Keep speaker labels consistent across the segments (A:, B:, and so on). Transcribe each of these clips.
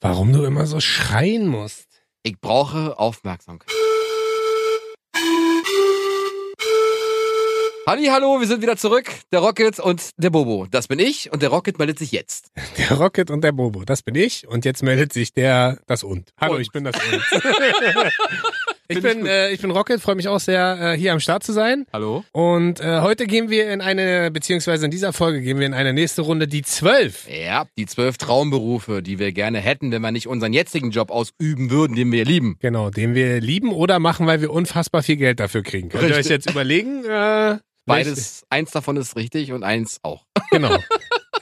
A: Warum du immer so schreien musst?
B: Ich brauche Aufmerksamkeit. Halli, hallo, wir sind wieder zurück. Der Rocket und der Bobo. Das bin ich und der Rocket meldet sich jetzt.
A: Der Rocket und der Bobo, das bin ich. Und jetzt meldet sich der, das und. Hallo,
B: Und.
A: ich bin das und. ich, bin, äh, ich bin Rocket, freue mich auch sehr, äh, hier am Start zu sein.
B: Hallo?
A: Und äh, heute gehen wir in eine, beziehungsweise in dieser Folge gehen wir in eine nächste Runde, die zwölf.
B: Ja, die zwölf Traumberufe, die wir gerne hätten, wenn wir nicht unseren jetzigen Job ausüben würden, den wir lieben.
A: Genau, den wir lieben oder machen, weil wir unfassbar viel Geld dafür kriegen. Könnt ihr euch
B: Richtig.
A: jetzt überlegen? Äh,
B: Beides, eins davon ist richtig und eins auch.
A: Genau.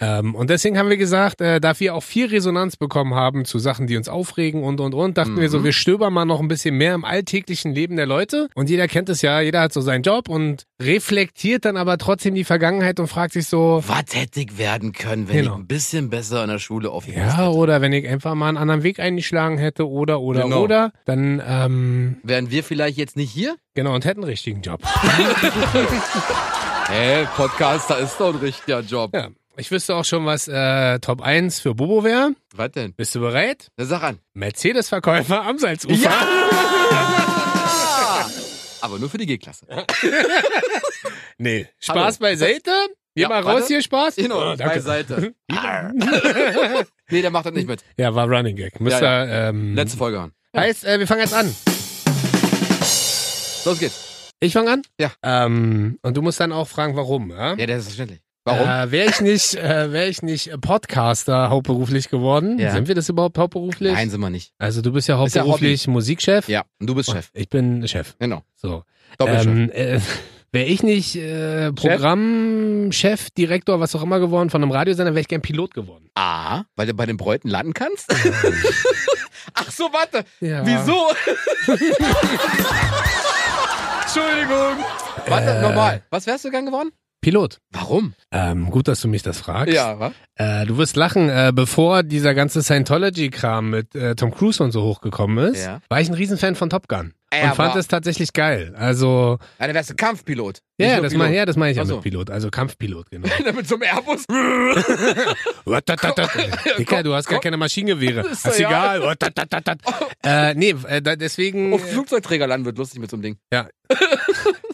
A: ähm, und deswegen haben wir gesagt, äh, da wir auch viel Resonanz bekommen haben zu Sachen, die uns aufregen und und und, dachten wir so,
B: Mhm.
A: wir stöbern mal noch ein bisschen mehr im alltäglichen Leben der Leute. Und jeder kennt es ja, jeder hat so seinen Job und reflektiert dann aber trotzdem die Vergangenheit und fragt sich so,
B: Was hätte ich werden können, wenn
A: Genau.
B: ich ein bisschen besser in der Schule aufgepasst
A: ja,
B: hätte?
A: oder wenn ich einfach mal einen anderen Weg eingeschlagen hätte oder oder
B: Genau.
A: oder, dann ähm,
B: Wären wir vielleicht jetzt nicht hier?
A: genau und hätten einen richtigen Job.
B: Hä, Podcaster ist doch ein richtiger Job.
A: Ja. Ich wüsste auch schon, was äh, Top 1 für Bobo wäre.
B: Was denn?
A: Bist du bereit?
B: Na, sag an.
A: Mercedes-Verkäufer am Salzufer.
B: Aber nur für die G-Klasse.
A: Nee.
B: Hallo.
A: Spaß beiseite. Geh
B: Ja,
A: mal raus
B: warte.
A: hier, Spaß.
B: Genau,
A: Ah, danke.
B: beiseite. Arr. nee, der macht das nicht mit.
A: Ja, war Running Gag. Müsste,
B: Ja,
A: Ähm,
B: Letzte Folge an.
A: heißt, äh, wir fangen jetzt an.
B: Los geht's.
A: Ich fange an?
B: Ja.
A: Ähm, und du musst dann auch fragen, warum. Ja?
B: Ja, das ist verständlich. Warum?
A: Äh, wäre ich nicht, äh, wäre ich nicht Podcaster hauptberuflich geworden?
B: Ja.
A: Sind wir das überhaupt hauptberuflich?
B: Nein, sind wir nicht.
A: Also du bist ja
B: Ist ja
A: hauptberuflich Musikchef.
B: Ja, und du bist Chef.
A: Ich bin Chef.
B: Genau.
A: So.
B: Doppelchef.
A: Ähm, äh, wäre ich nicht äh, Programmchef, Direktor, was auch immer geworden von einem Radiosender, wäre ich gern Pilot geworden.
B: A, weil du bei den Bräuten landen kannst? Ach so, warte.
A: Ja. Äh.
B: Wieso? Entschuldigung. Warte,
A: Äh.
B: nochmal. Was wärst du gern geworden?
A: Pilot.
B: Warum?
A: Ähm, gut, dass du mich das fragst.
B: wa?
A: Äh, du wirst lachen, äh, bevor dieser ganze Scientology-Kram mit äh, Tom Cruise und so hochgekommen ist,
B: Ja.
A: war ich ein Riesenfan von Top Gun.
B: Ey,
A: und fand
B: aber-
A: es tatsächlich geil. Also,
B: Ja, dann wärst du Kampfpilot.
A: ja,
B: Nicht
A: ja,
B: nur
A: das
B: Pilot.
A: meine ja, das mein ich ja
B: Ach so.
A: mit Pilot, also Kampfpilot, genau.
B: Mit so einem Airbus.
A: Watatatat. Dicker, du hast gar keine Maschinengewehre. Ist,
B: Ist doch
A: egal. Watatatat. äh, nee, äh, da- deswegen.
B: Auf Flugzeugträger landen wird lustig mit so einem Ding.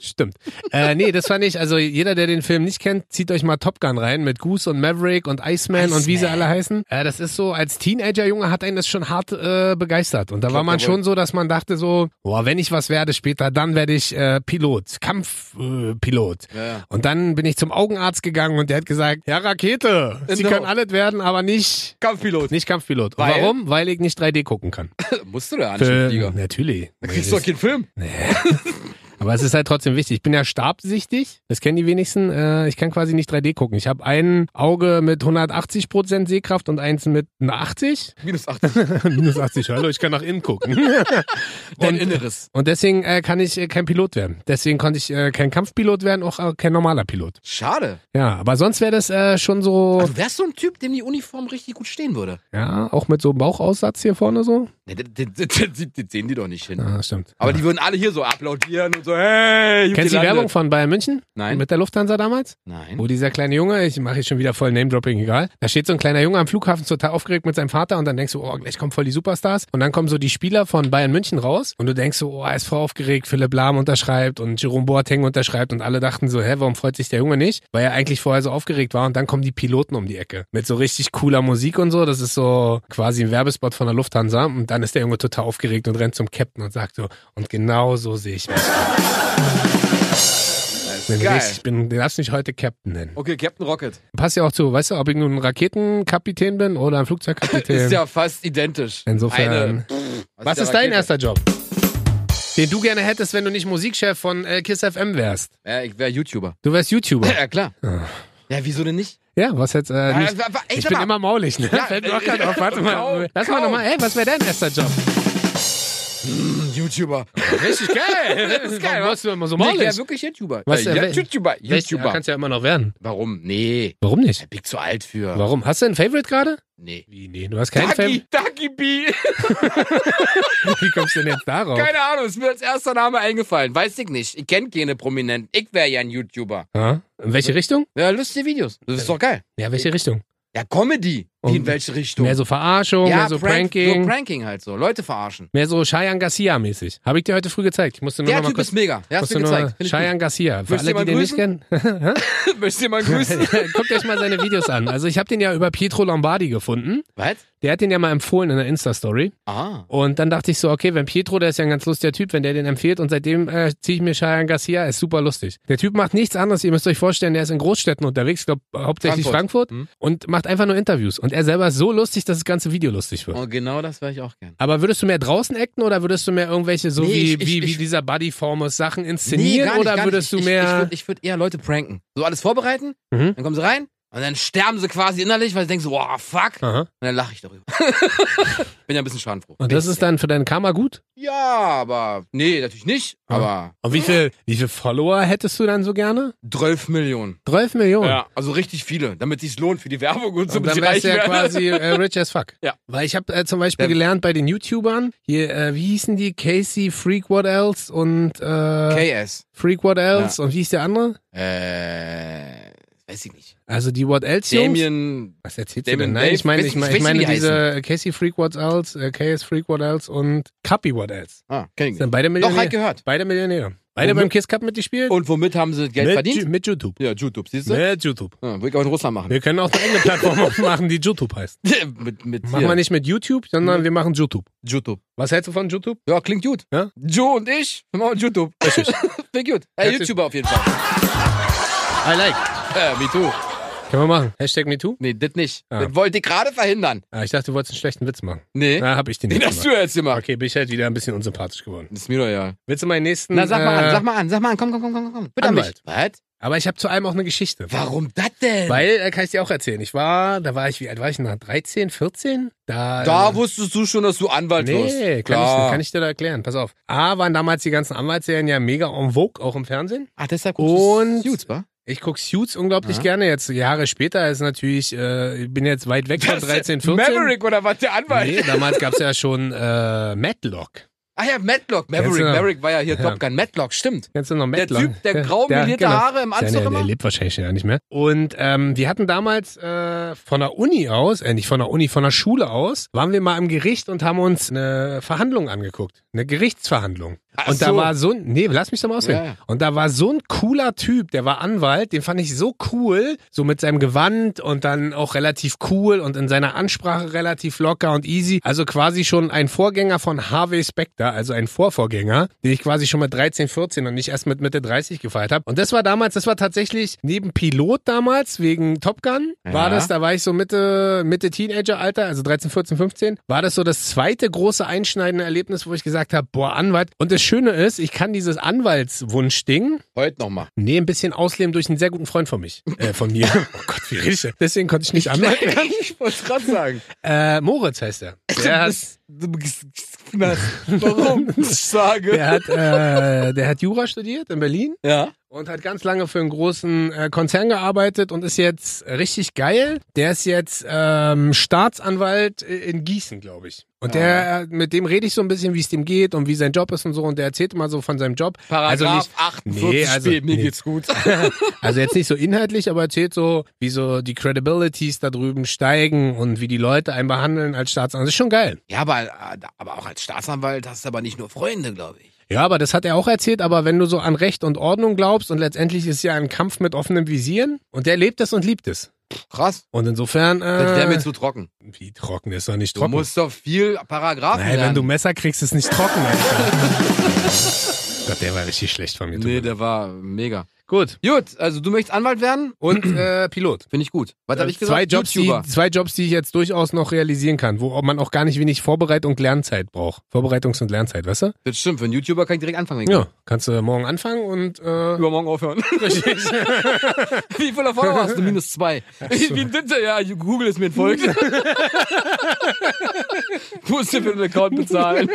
A: Stimmt. Äh, nee, das fand ich, also jeder, der den Film nicht kennt, zieht euch mal Top Gun rein mit Goose und Maverick und Iceman, und wie sie
B: Iceman.
A: alle heißen. Äh, das ist so, als Teenager-Junge hat einen das schon hart äh, begeistert. Und da war man
B: jawohl.
A: schon so, dass man dachte so, boah, wenn ich was werde später, dann werde ich äh, Pilot, Kampfpilot. Äh, Pilot.
B: Ja, ja.
A: und dann bin ich zum Augenarzt gegangen und der hat gesagt, ja, Rakete, sie
B: Genau.
A: können alles werden, aber nicht,
B: Kampfpilot.
A: nicht Kampfpilot. Und
B: Weil?
A: Warum? Weil ich nicht 3D gucken kann.
B: Musst du da an,
A: Äh,
B: Flieger.
A: natürlich.
B: Da kriegst du doch keinen Film.
A: Aber es ist halt trotzdem wichtig. Ich bin ja stabsichtig. Das kennen die wenigsten. Äh, ich kann quasi nicht 3D gucken. Ich habe ein Auge mit 180% Sehkraft und eins mit einer 80.
B: Minus 80.
A: Minus 80, hallo, ich kann nach innen gucken.
B: Dein
A: und,
B: Inneres.
A: und deswegen äh, kann ich äh, kein Pilot werden. Deswegen konnte ich äh, kein Kampfpilot werden, auch äh, kein normaler Pilot.
B: Schade.
A: Ja, aber sonst wäre das äh, schon so,
B: Du Also wärst so ein Typ, dem die Uniform richtig gut stehen würde.
A: ja, auch mit so einem Bauchaussatz hier vorne so.
B: Ne, Das das- das- das- das sehen die doch nicht hin.
A: Ja, stimmt.
B: Aber
A: ja.
B: die würden alle hier so applaudieren und so, hey,
A: Kennst du die Werbung von Bayern München?
B: Nein.
A: Mit der Lufthansa damals?
B: Nein.
A: Wo Oh, dieser kleine Junge, ich mache jetzt schon wieder voll Name-Dropping, egal. Da steht so ein kleiner Junge am Flughafen total aufgeregt mit seinem Vater und dann denkst du, oh, gleich kommen voll die Superstars. Und dann kommen so die Spieler von Bayern München raus und du denkst so, oh, er ist voll aufgeregt, Philipp Lahm unterschreibt und Jerome Boateng unterschreibt und alle dachten so, hä, warum freut sich der Junge nicht? Weil er eigentlich vorher so aufgeregt war und dann kommen die Piloten um die Ecke mit so richtig cooler Musik und so. Das ist so quasi ein Werbespot von der Lufthansa und dann ist der Junge total aufgeregt und rennt zum Captain und sagt so, und genau so sehe ich mich.
B: Das
A: Ich
B: ist
A: bin,
B: geil.
A: richtig, ich bin, du darfst mich heute Captain nennen.
B: Okay, Captain Rocket.
A: Passt ja auch zu, weißt du, ob ich nun ein Raketenkapitän bin oder ein Flugzeugkapitän.
B: Ist ja fast identisch.
A: Insofern.
B: Eine-
A: Was
B: der
A: ist dein
B: Rakete.
A: erster Job? Den du gerne hättest, wenn du nicht Musikchef von äh, KISS FM wärst.
B: Ja, ich wäre YouTuber.
A: Du wärst YouTuber.
B: Ja, klar.
A: Ah.
B: Ja, wieso denn nicht?
A: ja, was jetzt äh,
B: Ja,
A: nicht.
B: wa- wa- ey,
A: Ich
B: sag
A: bin
B: mal,
A: immer maulig, ne?
B: Ja,
A: Fällt mir auch
B: äh,
A: grad auf. Warte mal.
B: kaum,
A: Lass mal
B: kaum.
A: nochmal. Ey, was wäre dein erster Job?
B: ein YouTuber.
A: Richtig geil.
B: Das ist geil,
A: Warum
B: wa?
A: warst du immer so
B: Nee, ich
A: maulig?
B: wäre wirklich YouTuber.
A: Was,
B: Äh,
A: äh,
B: ja,
A: wel-
B: YouTuber.
A: Welch- ja,
B: YouTuber.
A: kannst ja immer noch werden.
B: Warum? Nee.
A: Warum nicht?
B: Bin ich zu alt für.
A: Warum? Hast du ein Favorite gerade?
B: Nee.
A: Wie, nee, du hast kein
B: Ducky,
A: Favorite.
B: Ducky B.
A: Wie kommst du denn jetzt darauf?
B: Keine Ahnung, ist mir als erster Name eingefallen. Weiß ich nicht. Ich kenne keine Prominenten. Ich wäre ja ein YouTuber.
A: Ja? In welche Richtung?
B: Ja, lustige Videos. Das ist doch geil.
A: Ja, welche Richtung?
B: Ja, Comedy. Wie in
A: Und
B: welche Richtung?
A: Mehr so Verarschung, mehr so
B: Prank-
A: Pranking,
B: So Pranking halt so. Leute verarschen.
A: mehr so Cheyenne Garcia-mäßig. Habe ich dir heute früh gezeigt. Ich musste nur
B: Der
A: noch mal
B: Typ
A: kurz
B: ist mega. Der hast
A: Musst
B: du
A: du nur
B: gezeigt. Find ich
A: Cheyenne Garcia. Für
B: Willst du
A: alle, die den nicht kennen,
B: jemanden gut. Möchtest du jemanden grüßen?
A: guckt euch mal seine Videos an. Also ich habe den ja über Pietro Lombardi gefunden.
B: Was?
A: Der hat den ja mal empfohlen in der Insta-Story.
B: Ah.
A: Und dann dachte ich so, okay, wenn Pietro, der ist ja ein ganz lustiger Typ, wenn der den empfiehlt und seitdem äh, ziehe ich mir Cheyenne Garcia, ist super lustig. Der Typ macht nichts anderes, ihr müsst euch vorstellen, der ist in Großstädten unterwegs, ich glaube hauptsächlich Frankfurt,
B: Frankfurt. Mhm.
A: und macht einfach nur Interviews. Und er selber ist so lustig, dass das ganze Video lustig wird.
B: Und genau das wäre ich auch gern.
A: Aber würdest du mehr draußen acten oder würdest du mehr irgendwelche, so
B: Nee,
A: wie,
B: ich- ich-
A: wie, wie
B: ich-
A: dieser Buddy Formus Sachen inszenieren
B: gar nicht,
A: oder
B: gar
A: würdest
B: nicht.
A: du
B: Ich- Ich, ich
A: mehr.
B: würde ich würd eher Leute pranken. So alles vorbereiten,
A: Mhm.
B: dann kommen sie rein und dann sterben sie quasi innerlich, weil sie denken so, wow, fuck. Und
A: Aha.
B: dann lache ich darüber. Bin ja ein bisschen schadenfroh.
A: Und das ist dann für deinen Karma gut?
B: Ja, aber. Nee, natürlich nicht.
A: Ja.
B: Aber
A: Und wie viel, wie viel Follower hättest du dann so gerne?
B: 12 Millionen.
A: 12 Millionen.
B: Ja, also richtig viele, damit sich's lohnt für die Werbung und so,
A: Oh. Und dann
B: damit
A: wärst
B: ich
A: du ja
B: reich werde.
A: quasi äh, rich as fuck.
B: Ja.
A: Weil ich habe äh, zum Beispiel
B: Der-
A: gelernt bei den YouTubern, hier, äh, wie hießen die? Casey Freak What Else und äh,
B: KS.
A: Freak What Else und wie hieß der andere?
B: Äh, weiß ich nicht.
A: Also die What Else Jungs.
B: Damien.
A: Was erzählst du
B: Damien
A: denn? Nein,
B: Dave.
A: ich meine,
B: Weiß-
A: ich meine,
B: weiß,
A: ich
B: wie
A: meine
B: die
A: diese Casey Freak What Else, äh, KS Freak What Else und Cappy What Else.
B: Ah, kenn ich
A: Das
B: nicht.
A: sind beide
B: Doch,
A: Millionäre.
B: halt gehört.
A: beide Millionäre. Beide
B: Und
A: beim
B: mit-
A: Kiss Cup mitgespielt?
B: Und womit haben sie Geld
A: mit,
B: verdient?
A: Ju- Mit YouTube.
B: Ja, YouTube, siehst du?
A: Mit YouTube.
B: Ja, will ich auch in Russland machen.
A: Wir können auch eine eigene Plattform aufmachen, die YouTube heißt.
B: mit, mit
A: Machen
B: hier.
A: wir nicht mit YouTube,
B: Mhm.
A: sondern wir machen YouTube.
B: YouTube.
A: Was hältst du von YouTube?
B: Ja, klingt gut.
A: Ja?
B: Joe und ich, wir machen YouTube. Klingt gut. Äh,
A: Herzlich-
B: YouTuber auf jeden Fall.
A: I like.
B: Äh, me too.
A: Können wir machen. Hashtag MeToo?
B: Nee, das nicht.
A: Ah.
B: Das wollte ich gerade verhindern.
A: Ah, ich dachte, du wolltest einen schlechten Witz machen.
B: Nee,
A: Na, hab ich den nicht
B: den hast du
A: gemacht.
B: ja jetzt gemacht.
A: Okay, bin ich halt wieder ein bisschen unsympathisch geworden.
B: Das ist mir doch ja.
A: Willst du meinen nächsten...
B: Na, sag mal
A: äh,
B: an, sag mal an, sag mal an. Komm, komm, komm, komm, komm. Bitte an mich.
A: Anwalt.
B: Was?
A: Aber ich habe zu allem auch eine Geschichte.
B: Warum das denn?
A: Weil, äh, kann ich dir auch erzählen, ich war, da war ich, wie alt war ich denn da? 13, 14? Da,
B: da halt
A: äh,
B: wusstest du schon, dass du Anwalt wirst.
A: Nee, kann ich,
B: Klar.
A: kann ich dir da erklären. Pass auf. A, waren damals die ganzen Anwaltsserien ja mega en vogue, auch im Fernsehen.
B: Ach, deshalb
A: Und-
B: Suits, wa?
A: Ich guck Suits unglaublich
B: Aha.
A: gerne. Jetzt Jahre später ist natürlich, äh, ich bin jetzt weit weg von
B: Das ist
A: 13, 14.
B: Maverick oder was, der Anwalt?
A: Nee, damals gab's ja schon äh, Matlock.
B: Ach ja, Matlock.
A: Kennst
B: Maverick,
A: du noch?
B: Maverick war ja hier
A: Ja.
B: Top Gun. Matlock, stimmt.
A: Kennst du noch Matlock?
B: Der Typ, der grau melierte Haare im Anzug
A: genau. der, der,
B: immer?
A: der lebt wahrscheinlich ja nicht mehr. Und ähm, wir hatten damals äh, von der Uni aus, äh, nicht von der Uni, von der Schule aus, waren wir mal im Gericht und haben uns eine Verhandlung angeguckt. Eine Gerichtsverhandlung.
B: Ach
A: und da
B: so.
A: war so ein, nee, lass mich doch mal ausreden.
B: Ja, ja.
A: Und da war so ein cooler Typ, der war Anwalt, den fand ich so cool, so mit seinem Gewand und dann auch relativ cool und in seiner Ansprache relativ locker und easy. Also quasi schon ein Vorgänger von Harvey Specter, also ein Vorvorgänger, den ich quasi schon mit 13, 14 und nicht erst mit Mitte 30 gefeiert habe. Und das war damals, das war tatsächlich neben Pilot damals, wegen Top Gun, war
B: Ja.
A: das, da war ich so Mitte, Mitte Teenager-Alter, also 13, 14, 15, war das so das zweite große einschneidende Erlebnis, wo ich gesagt habe, boah, Anwalt. Und das Schöne ist, ich kann dieses Anwaltswunschding,
B: Heute nochmal.
A: nee, ein bisschen ausleben durch einen sehr guten Freund von mich, äh, von mir. Oh Gott, wie rede ich denn? Deswegen konnte ich nicht Anwalt werden.
B: ich wollte gerade sagen.
A: Äh, Moritz heißt er. Der hat,
B: Du bist- du bist- na, Warum? Ich sage.
A: der hat, äh, der hat Jura studiert in Berlin.
B: Ja.
A: und hat ganz lange für einen großen äh, Konzern gearbeitet und ist jetzt richtig geil. Der ist jetzt ähm, Staatsanwalt äh, in Gießen, glaube ich. Und
B: Ah.
A: der, äh, mit dem rede ich so ein bisschen, wie es dem geht und wie sein Job ist und so. Und der erzählt immer so von seinem Job. Also
B: Paragraph
A: nicht-
B: 48
A: Nee, also-
B: Spiel, mir
A: nee.
B: geht's gut.
A: Also jetzt nicht so inhaltlich, aber erzählt so, wie so die Credibilities da drüben steigen und wie die Leute einen behandeln als Staatsanwalt. Das ist schon geil.
B: Ja, aber, äh, aber auch als Staatsanwalt hast du aber nicht nur Freunde, glaube ich.
A: Ja, aber das hat er auch erzählt, aber wenn du so an Recht und Ordnung glaubst und letztendlich ist es ja ein Kampf mit offenem Visieren und der lebt es und liebt es.
B: Krass.
A: Und insofern,
B: Das wäre mir
A: äh,
B: zu trocken.
A: wie trocken ist doch nicht
B: Du
A: trocken.
B: musst doch viel Paragraphen
A: Nein, wenn
B: lernen.
A: du Messer kriegst, ist nicht trocken, Alter. Gott, der war richtig schlecht von mir.
B: Nee,
A: Thomas.
B: der war mega.
A: Gut.
B: Gut, also du möchtest Anwalt werden?
A: Und äh, Pilot.
B: Finde ich gut. Was habe ich gesagt?
A: Äh, zwei, Jobs, die,
B: YouTuber.
A: zwei Jobs, die ich jetzt durchaus noch realisieren kann, wo man auch gar nicht wenig Vorbereitung und Lernzeit braucht. Vorbereitungs- und Lernzeit, weißt du?
B: Das stimmt, für einen YouTuber kann ich direkt anfangen. denke ich.
A: Ja, kannst du morgen anfangen und äh,
B: Übermorgen aufhören. Wie viele Follower hast du? Minus zwei. Ich bin bitte, ja, Google ist mir ein Volk. Musst du für den Account bezahlen.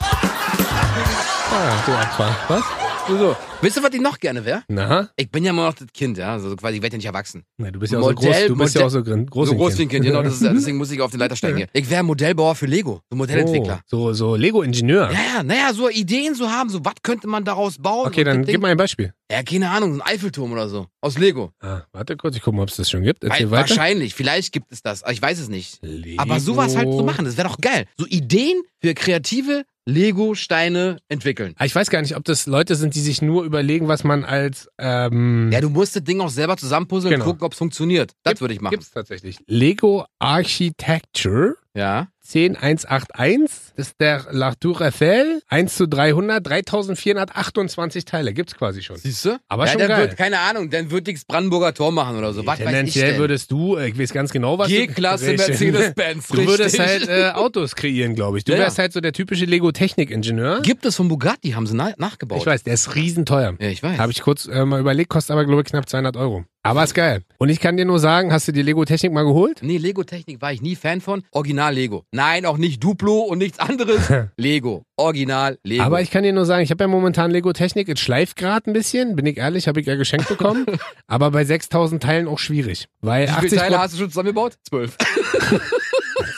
A: ah, du Opfer. Was?
B: Nur so. Wisst ihr, was ich noch gerne wäre?
A: Na?
B: Ich bin ja immer noch das Kind, ja. Also quasi, ich werde ja nicht erwachsen.
A: Na, du bist ja auch so
B: Modell-
A: groß, du bist ja
B: Modell-
A: auch so grin- groß.
B: so
A: im
B: groß wie ein Kind, genau. Das ist,
A: Oh,
B: deswegen muss ich auf den Leiter steigen hier. Ich wäre Modellbauer für Lego, so Modellentwickler.
A: Oh, so, so Lego-Ingenieur.
B: Ja, ja, naja, so Ideen zu haben, so was könnte man daraus bauen.
A: okay,
B: und das
A: dann
B: Ding-
A: gib mal ein Beispiel.
B: Ja, keine Ahnung, so ein Eiffelturm oder so. Aus Lego.
A: Ah, warte kurz, ich gucke mal, ob es das schon gibt.
B: Wei-
A: Erzähl weiter.
B: Wahrscheinlich, vielleicht gibt es das, aber ich weiß es nicht.
A: Lego.
B: Aber sowas halt zu machen, das wäre doch geil. So Ideen für kreative Lego-Steine entwickeln.
A: Ah, Ich weiß gar nicht, ob das Leute sind, die sich nur überlegen, was man als ähm,
B: Ja, du musst das Ding auch selber zusammenpuzzeln
A: Genau.
B: und gucken, ob es funktioniert. Das würde ich machen.
A: gibt's tatsächlich. Lego Architecture
B: Ja.
A: 10181, das ist der L'Artour Eiffel, 1 zu 300, 3428 Teile, gibt's quasi schon.
B: Siehst du?
A: Aber
B: ja,
A: schon
B: dann
A: geil.
B: Wird, keine Ahnung, dann würde ich das Brandenburger Tor machen oder so. Was weiß ich
A: Tendenziell
B: denn?
A: würdest du, äh, ich weiß ganz genau, was du-
B: G-Klasse
A: Richtig.
B: Mercedes-Benz.
A: Du würdest halt
B: richtig.
A: äh, Autos kreieren, glaube ich. Du
B: Ja, ja.
A: wärst halt so der typische Lego-Technik-Ingenieur.
B: Gibt es von Bugatti, haben sie na nachgebaut.
A: äh, Ich weiß, der ist riesenteuer.
B: Ja, ich weiß.
A: Habe ich kurz äh, mal überlegt, kostet aber, glaube ich, knapp 200 Euro. Aber ist geil. Und ich kann dir nur sagen, hast du die Lego-Technik mal geholt?
B: Nee, Lego-Technik war ich nie Fan von. Original Lego. Nein, auch nicht Duplo und nichts anderes. Lego. Original Lego.
A: Aber ich kann dir nur sagen, ich habe ja momentan Lego-Technik. Es schleift gerade ein bisschen, bin ich ehrlich, habe ich ja geschenkt bekommen. aber bei 6000 Teilen auch schwierig. Weil
B: Wie
A: 80
B: viele Teile hast du schon zusammengebaut? Zwölf.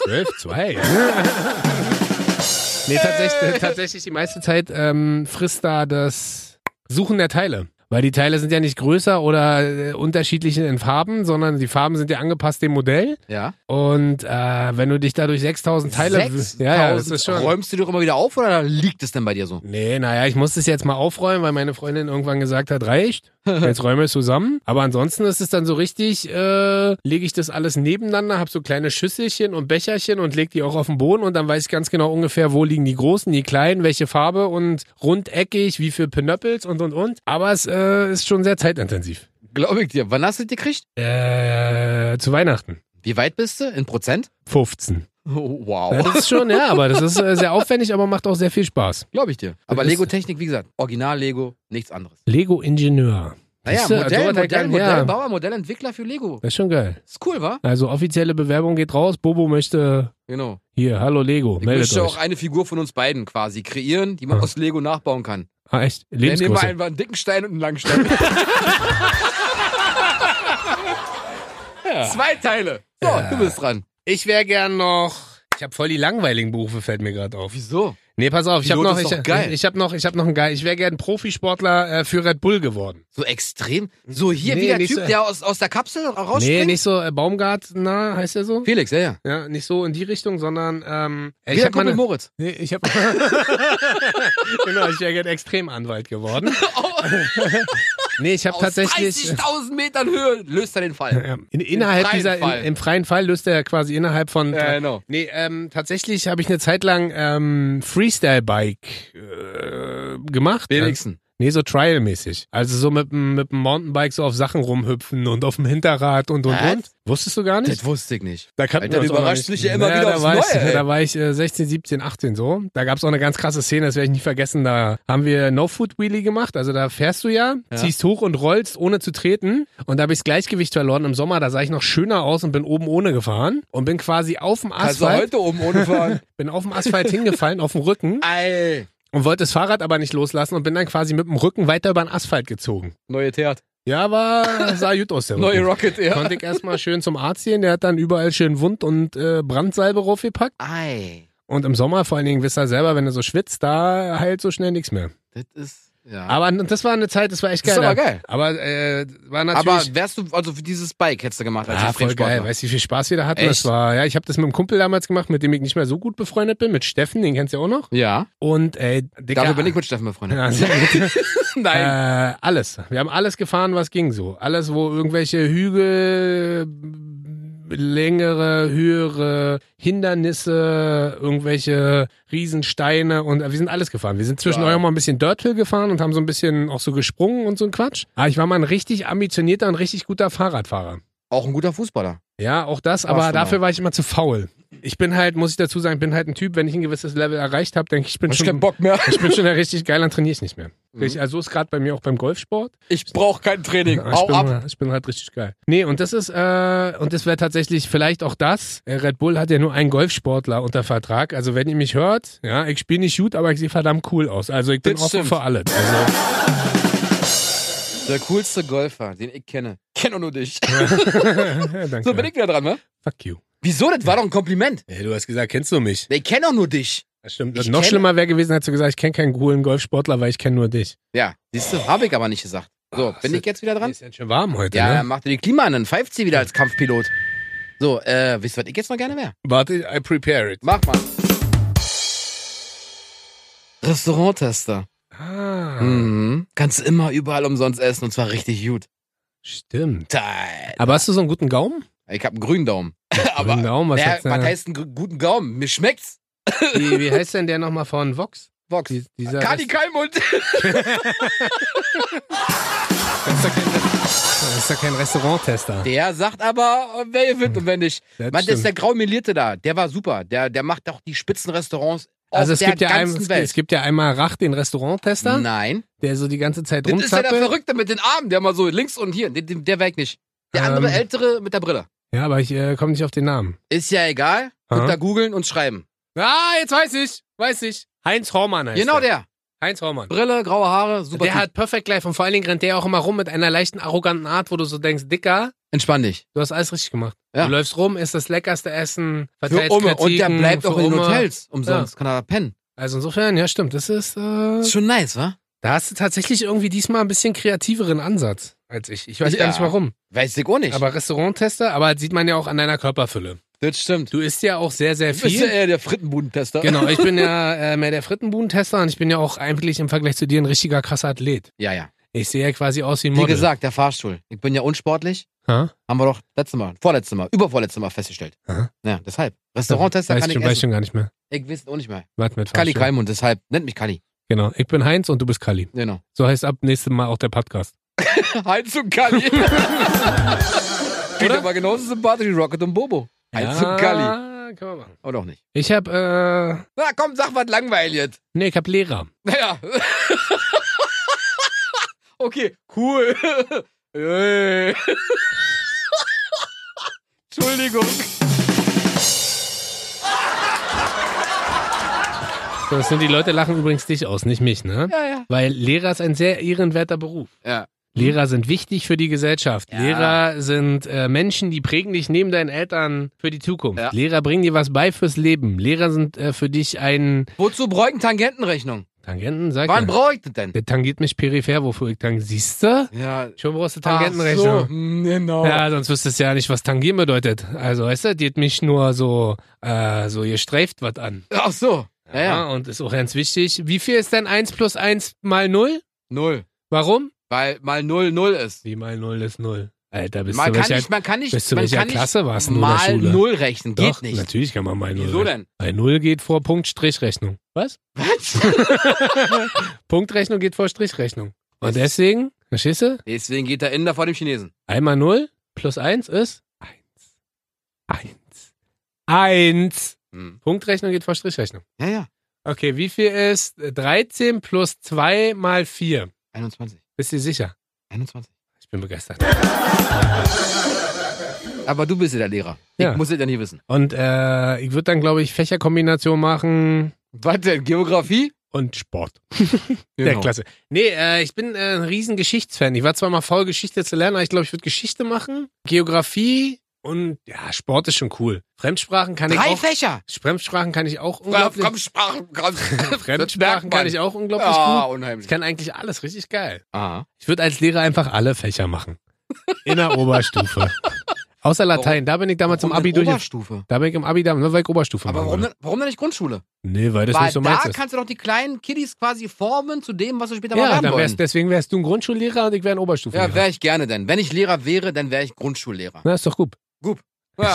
A: 12, 2. nee, tatsächlich, tatsächlich die meiste Zeit ähm, frisst da das Suchen der Teile. Weil die Teile sind ja nicht größer oder äh, unterschiedlich in Farben, sondern die Farben sind ja angepasst dem Modell.
B: Ja.
A: Und äh, wenn du dich dadurch 6000 Teile. ja, ja, das ist
B: 6000.
A: schon.
B: Räumst du die doch immer wieder auf oder liegt es denn bei dir so?
A: Nee, naja, ich muss das jetzt mal aufräumen, weil meine Freundin irgendwann gesagt hat, reicht. Jetzt räume ich es zusammen. Aber ansonsten ist es dann so richtig, äh, lege ich das alles nebeneinander, habe so kleine Schüsselchen und Becherchen und lege die auch auf den Boden und dann weiß ich ganz genau ungefähr, wo liegen die großen, die kleinen, welche Farbe und rundeckig, wie viel Pinöppels und und und. Aber es äh, ist schon sehr zeitintensiv.
B: Glaube ich dir. Wann hast du die gekriegt?
A: Äh, zu Weihnachten.
B: Wie weit bist du? In Prozent?
A: 15.
B: Oh,
A: Ja,
B: wow.
A: das ist schon, ja, aber das ist äh, sehr aufwendig, aber macht auch sehr viel Spaß.
B: Glaube ich dir. Aber
A: Das-
B: Lego-Technik, wie gesagt, Original Lego, nichts anderes.
A: Lego-Ingenieur.
B: Naja,
A: Siehst du,
B: Ah
A: sowas
B: Modell,
A: hat
B: Modell,
A: keinen- ja.
B: Modellbauer, Modellentwickler für Lego.
A: Das ist schon geil.
B: Ist cool, wa?
A: Also offizielle Bewerbung geht raus. Bobo möchte
B: Genau.
A: hier, hallo Lego,
B: Ich
A: meldet
B: möchte
A: euch.
B: auch eine Figur von uns beiden quasi kreieren, die man
A: Ah.
B: aus Lego nachbauen kann.
A: ah, echt?
B: Dann nehmen wir
A: Lebensgröße.
B: einfach einen dicken Stein und einen langen Stein. Zwei Teile. So, du bist dran.
A: Ich wäre gern noch. Ich habe voll die langweiligen Berufe, fällt mir gerade auf.
B: Wieso?
A: Nee, pass auf, ich habe
B: Pilot
A: noch,
B: ist
A: ich,
B: doch geil.
A: ich habe noch, ich habe noch einen geil. Ich wäre gern Profisportler äh, für Red Bull geworden.
B: So extrem? So hier
A: Nee,
B: wie der
A: nicht
B: Typ,
A: so-
B: der aus, aus der Kapsel rausspringt?
A: Nee, nicht so äh, Baumgartner, heißt er so?
B: Felix, ja, ja.
A: Ja, nicht so in die Richtung, sondern ähm,
B: Wie
A: ich
B: der
A: habe
B: Kumpel
A: meine,
B: Moritz.
A: nee, ich habe genau, ich wäre gern Extremanwalt geworden. Nee, ich habe
B: Aus
A: tatsächlich
B: 30.000 Metern Höhe löst er den Fall.
A: Ja, in, innerhalb
B: freien
A: dieser
B: Fall.
A: In, im freien Fall löst er ja quasi innerhalb von
B: Ja, genau.
A: Nee, ähm, tatsächlich habe ich eine Zeit lang ähm, Freestyle-Bike äh, gemacht.
B: Wenigsten.
A: Nee, so trial-mäßig. Also so mit, dem- mit dem Mountainbike so auf Sachen rumhüpfen und auf dem Hinterrad und und
B: Was?
A: und. Wusstest du gar nicht?
B: Das wusste ich nicht.
A: Da kannten
B: Alter,
A: wir uns
B: du
A: auch noch
B: überraschst
A: nicht.
B: mich ja immer wieder
A: da
B: aufs
A: war ich,
B: Neue, ey.
A: Da war ich äh, 16, 17, 18 so. Da gab es auch eine ganz krasse Szene, das werde ich nie vergessen. Da haben wir No-Food-Wheelie gemacht. Also da fährst du ja,
B: Ja.
A: ziehst hoch und rollst, ohne zu treten. Und da habe ich das Gleichgewicht verloren im Sommer. Da sah ich noch schöner aus und bin oben ohne gefahren. Und bin quasi auf dem
B: Kannst du
A: Asphalt,
B: heute oben ohne fahren?
A: bin auf dem Asphalt hingefallen, auf dem Rücken.
B: Ey,
A: Und wollte das Fahrrad aber nicht loslassen und bin dann quasi mit dem Rücken weiter über den Asphalt gezogen.
B: neue Theat.
A: Ja, war, sah gut aus der Rücken.
B: Neue Rocket, ja.
A: Konnte ich erstmal schön zum Arzt gehen, der hat dann überall schön Wund und äh, Brandsalbe raufgepackt.
B: Ei,
A: Und im Sommer, vor allen Dingen, wisst ihr selber, wenn du so schwitzt, da heilt so schnell nichts mehr.
B: das ist, ja.
A: Aber n- das war eine Zeit, das war echt
B: Das
A: geil.
B: ist aber geil.
A: Aber äh, war
B: Aber
A: natürlich.
B: wärst du, also für dieses Bike hättest du gemacht als
A: Ah, voll geil.
B: Extremsportler.
A: Weißt du, wie viel Spaß wir da hatten? Das
B: Echt?
A: war, ja, ich habe das mit einem Kumpel damals gemacht, mit dem ich nicht mehr so gut befreundet bin, mit Steffen, den kennst du ja auch noch.
B: ja,
A: Und ey, Also, Dicker,
B: dafür bin ich mit Steffen befreundet.
A: Ja, sehr äh,
B: Nein.
A: alles. Wir haben alles gefahren, was ging so. Alles, wo irgendwelche Hügel, längere, höhere Hindernisse, irgendwelche Riesensteine und äh, wir sind alles gefahren. Wir sind zwischen
B: Geil.
A: auch mal ein bisschen Dirthill gefahren und haben so ein bisschen auch so gesprungen und so ein Quatsch. Aber ich war mal ein richtig ambitionierter und richtig guter Fahrradfahrer.
B: Auch ein guter Fußballer.
A: Ja, auch das,
B: Warst
A: aber
B: du
A: dafür war ich immer zu faul. Ich bin halt, muss ich dazu sagen, bin halt ein Typ, wenn ich ein gewisses Level erreicht habe, denke ich, ich bin schon
B: Bock mehr.
A: ich bin schon richtig geil, dann trainiere ich nicht mehr.
B: Mhm.
A: Ich, also so ist gerade bei mir auch beim Golfsport.
B: Ich brauche kein Training.
A: Ja, ich, bin, ich bin halt richtig geil. Nee, und das ist, äh, und das wäre tatsächlich vielleicht auch das. Äh, Red Bull hat ja nur einen Golfsportler unter Vertrag. Also wenn ihr mich hört, ja, ich spiele nicht gut, aber ich sehe verdammt cool aus. Also ich bin
B: Das
A: offen
B: stimmt.
A: für alles. Also,
B: Der coolste Golfer, den ich kenne. Kenne nur dich.
A: Danke.
B: So bin ich wieder dran, ne?
A: Fuck you.
B: Wieso? Das war doch ein Kompliment.
A: Ja, du hast gesagt, kennst du mich?
B: Ich kenne doch nur dich.
A: Das stimmt.
B: Ich
A: Noch
B: kenn-
A: schlimmer wäre gewesen, hättest du gesagt, ich kenne keinen coolen Golfsportler, weil ich kenne nur dich.
B: Ja, siehst du, habe ich aber nicht gesagt. So,
A: Ah,
B: bin
A: ist
B: ich jetzt wieder dran?
A: Ist ja schön warm heute,
B: Ja, ähm,
A: ne?
B: dann macht ihr die Klima an, dann pfeift sie wieder als Kampfpilot. So, äh, wisst ihr, was ich jetzt noch gerne wäre?
A: Warte, I prepare it.
B: Mach mal. Restauranttester.
A: Ah,
B: Mhm. Kannst immer überall umsonst essen und zwar richtig gut.
A: stimmt.
B: Teil.
A: Aber hast du so einen guten Gaumen?
B: Ich hab einen grünen Daumen. Aber
A: Grünen Daumen, was,
B: naja,
A: hat's denn-
B: was heißt einen gr- guten Gaumen? Mir schmeckt's.
A: wie, wie heißt denn der nochmal von Vox?
B: Vox.
A: Die, dieser
B: Kadi Kalmund.
A: Das ist doch kein, das ist doch kein Restauranttester.
B: Der sagt aber, äh, wer ihr winnt und wenn nicht.
A: Das
B: Mann, das ist
A: stimmt.
B: der Graumelierte da. Der war super. Der, der macht auch die Spitzenrestaurants auf
A: also es
B: der
A: gibt, ja ein,
B: ganzen
A: es,
B: Welt.
A: es gibt ja einmal Rach, den Restauranttester,
B: Nein.
A: der so die ganze Zeit
B: Das ist ja der
A: rumzappelt.
B: Verrückte mit den Armen, der mal so links und hier. Der, der weg nicht. Der andere
A: Ähm.
B: Ältere mit der Brille.
A: Ja, aber ich äh, komme nicht auf den Namen.
B: Ist ja egal.
A: Aha.
B: Könnt da googeln und schreiben.
A: Ah, jetzt weiß ich, weiß ich. Heinz Hormann heißt
B: genau
A: der.
B: der.
A: Heinz Hormann.
B: Brille, graue Haare, super.
A: Der
B: Typ.
A: hat Perfect Life und vor allen Dingen rennt der auch immer rum mit einer leichten, arroganten Art, wo du so denkst, Dicker,
B: Entspann dich.
A: du hast alles richtig gemacht.
B: Ja.
A: Du läufst rum, isst das leckerste Essen,
B: Für
A: verteilst
B: Umme. Und der
A: Kritiken
B: bleibt
A: für
B: auch in den
A: Umme.
B: Hotels umsonst. Kann er da pennen.
A: Also insofern, ja stimmt, das ist... Äh,
B: Ist schon nice, wa?
A: Da hast du tatsächlich irgendwie diesmal ein bisschen kreativeren Ansatz als ich. Ich weiß
B: Ja.
A: gar nicht warum.
B: Weiß ich auch nicht.
A: Aber Restauranttester, aber das sieht man ja auch an deiner Körperfülle.
B: das stimmt.
A: Du isst ja auch sehr, sehr
B: Du bist ja
A: viel.
B: eher der Frittenbudentester.
A: Genau, ich bin ja äh, mehr der Frittenbudentester und ich bin ja auch eigentlich im Vergleich zu dir ein richtiger krasser Athlet.
B: Ja, ja.
A: Ich sehe ja quasi aus wie ein
B: Wie
A: Model.
B: gesagt, der Fahrstuhl. Ich bin ja unsportlich.
A: Ha?
B: Haben wir doch letztes Mal, vorletztes Mal, übervorletztes Mal festgestellt.
A: Aha.
B: Ja, deshalb. Restauranttester
A: weiß
B: kann ich
A: schon, weiß
B: essen.
A: schon gar nicht mehr.
B: Ich weiß auch nicht mehr.
A: Warte mit
B: Kalli
A: Fahrstuhl.
B: Kalmund, deshalb. Nennt mich Kalli.
A: Genau, ich bin Heinz und du bist Kalli.
B: Genau.
A: So heißt ab nächstem Mal auch der Podcast.
B: Heinz und Kalli. Klingt
A: Oder?
B: aber genauso sympathisch wie Rocket und Bobo. Heinz und Kalli.
A: Ja, kann man machen.
B: Oder auch nicht.
A: Ich hab, äh,
B: Na komm, sag was langweiliges.
A: nee, ich hab Lehrer.
B: Naja. okay, cool. Äh. Entschuldigung.
A: So, Das sind die Leute lachen übrigens dich aus, nicht mich, ne?
B: Ja, ja.
A: Weil Lehrer ist ein sehr ehrenwerter Beruf.
B: Ja.
A: Lehrer sind wichtig für die Gesellschaft.
B: Ja.
A: Lehrer sind äh, Menschen, die prägen dich neben deinen Eltern für die Zukunft.
B: Ja.
A: Lehrer bringen dir was bei fürs Leben. Lehrer sind äh, für dich ein
B: Wozu bräuchten Tangentenrechnung?
A: Tangenten, sag
B: Wann
A: ich.
B: brauche ich das denn?
A: Der tangiert mich peripher, wofür ich tangiere. Siehst du?
B: Ja.
A: Schon brauchst du
B: Ach so,
A: Tangentenrechnung.
B: hm, genau.
A: Ja, sonst wüsstest du ja nicht, was tangieren bedeutet. Also, weißt du, die hat mich nur so, äh, so, ihr streift was an.
B: Ach so. Ja, ja.
A: Und ist auch ganz wichtig. Wie viel ist denn 1 plus 1 mal 0?
B: Null.
A: Warum?
B: Weil mal null null ist.
A: Wie mal 0 ist 0. Alter, bist
B: Man
A: du
B: kann
A: welcher,
B: nicht, man kann nicht,
A: bist du
B: man
A: welcher
B: kann
A: Klasse
B: nicht
A: warst du in der
B: mal
A: Schule?
B: null rechnen. Geht
A: Doch,
B: nicht.
A: natürlich kann man mal 0
B: Wieso denn?
A: Bei 0 geht vor Punkt-Strich-Rechnung. Was?
B: Was?
A: Punktrechnung geht vor Strichrechnung. Und deswegen, verstehst du?
B: Deswegen geht der Inder vor dem Chinesen.
A: Einmal 0 plus 1 ist 1. 1. 1.
B: Hm.
A: Punktrechnung geht vor Strichrechnung.
B: Ja, ja.
A: Okay, wie viel ist 13 plus 2 mal 4?
B: 21.
A: Bist du sicher?
B: 21.
A: Ich bin begeistert.
B: Aber du bist ja der Lehrer. Ich
A: Ja.
B: muss es ja nie wissen.
A: Und äh, ich würde dann, glaube ich, Fächerkombination machen
B: Was denn? Geografie?
A: und Sport.
B: Genau.
A: Ja, klasse. Nee, äh, ich bin äh, ein riesen Geschichtsfan. Ich war zwar mal faul, Geschichte zu lernen, aber ich glaube, ich würde Geschichte machen, Geografie und ja, Sport ist schon cool. Fremdsprachen kann ich
B: Drei
A: auch.
B: Fächer.
A: Fremdsprachen kann ich auch unglaublich.
B: Sprachen. Komm. Das merkt
A: Fremdsprachen
B: man.
A: kann ich auch unglaublich
B: Ja,
A: gut. Ich
B: unheimlich.
A: kann eigentlich alles richtig geil.
B: Aha.
A: Ich würde als Lehrer einfach alle Fächer machen. In der Oberstufe. Außer Latein, da bin ich damals im
B: Warum
A: Abi
B: denn
A: durch.
B: Oberstufe.
A: Da bin ich im Abi damals, nur weil ich Oberstufe
B: Aber
A: machen
B: warum
A: wollte.
B: denn, warum denn nicht Grundschule?
A: Nee, weil das
B: Weil
A: nicht so meins
B: da
A: ist.
B: kannst du doch die kleinen Kiddies quasi formen zu dem, was du später
A: Ja,
B: mal werden
A: dann wärst,
B: wollen.
A: deswegen wärst du ein Grundschullehrer und ich wäre ein Oberstufenlehrer.
B: Ja, wäre ich gerne denn. Wenn ich Lehrer wäre, dann wäre ich Grundschullehrer.
A: Na, ist doch gut.
B: Ja.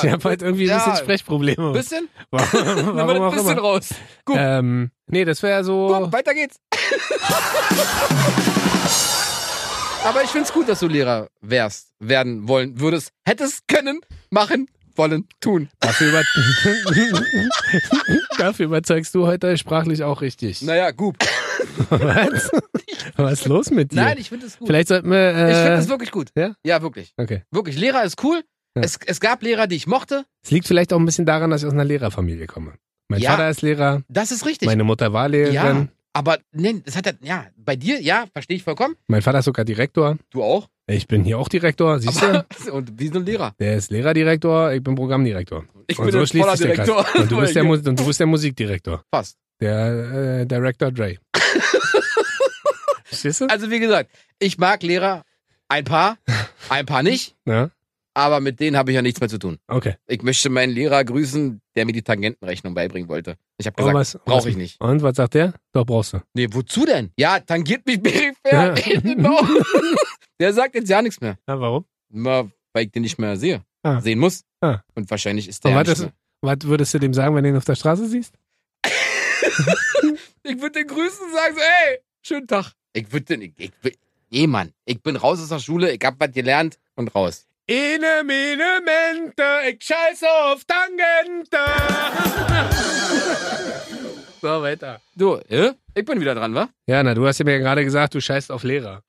A: Ich habe halt irgendwie ein
B: Ja.
A: bisschen Sprechprobleme.
B: Bisschen?
A: warum
B: Nimm mal
A: warum
B: ein
A: auch
B: bisschen
A: immer. Oh.
B: raus. Guck.
A: Ähm, nee, das wäre so.
B: Guck, weiter geht's. Aber ich find's gut, dass du Lehrer wärst, werden wollen, würdest, hättest können, machen, wollen, tun.
A: Dafür, über dafür überzeugst du heute sprachlich auch richtig.
B: Naja, gut.
A: Was? Was ist los mit dir?
B: Nein, ich find es gut.
A: Vielleicht sollten wir. Äh,
B: ich find es wirklich gut.
A: ja?
B: Ja, wirklich.
A: okay.
B: Wirklich. Lehrer ist cool.
A: Ja.
B: Es, es gab Lehrer, die ich mochte.
A: Es liegt vielleicht auch ein bisschen daran, dass ich aus einer Lehrerfamilie komme. Mein
B: Ja.
A: Vater ist Lehrer,
B: Das ist richtig.
A: meine Mutter war Lehrerin.
B: ja. Aber nein, das hat er, ja, bei dir, ja, verstehe ich vollkommen.
A: Mein Vater ist sogar Direktor.
B: Du auch.
A: Ich bin hier auch Direktor, siehst du?
B: Aber, und wir sind Lehrer.
A: Der ist Lehrerdirektor, ich bin Programmdirektor.
B: Ich
A: und
B: bin
A: so
B: ein
A: schließt
B: voller
A: sich der Kreis.
B: Direktor.
A: Und du, bist der, Mu- und du bist der Musikdirektor.
B: Fast.
A: Der äh, Director Dre. Verstehst du?
B: Also wie gesagt, ich mag Lehrer ein paar, ein paar nicht,
A: Ja,
B: aber mit denen habe ich ja nichts mehr zu tun.
A: okay.
B: Ich möchte meinen Lehrer grüßen, der mir die Tangentenrechnung beibringen wollte. Ich habe
A: Und
B: gesagt,
A: was- was-
B: brauche ich nicht.
A: Und was sagt der? Doch, brauchst du.
B: Nee, wozu denn? Ja, tangiert mich
A: Ja.
B: peripher. genau. der sagt jetzt ja nichts mehr.
A: Ja, warum?
B: Na, weil ich den nicht mehr sehe.
A: Ah.
B: Sehen muss.
A: Ah.
B: Und wahrscheinlich ist
A: Und
B: der ja
A: was
B: nicht
A: ist-
B: mehr.
A: Was würdest du dem sagen, wenn du ihn auf der Straße siehst?
B: Ich würde den grüßen und sagen so, ey, schönen Tag. Ich würde den, ich, ich, würd- nee, Mann, ich bin raus aus der Schule, ich hab was gelernt und raus.
A: Ene mene mente, ich scheiße auf Tangente. so, weiter.
B: Du, äh? ich bin wieder dran, wa?
A: Ja, na, du hast ja mir gerade gesagt, du scheißt auf Lehrer.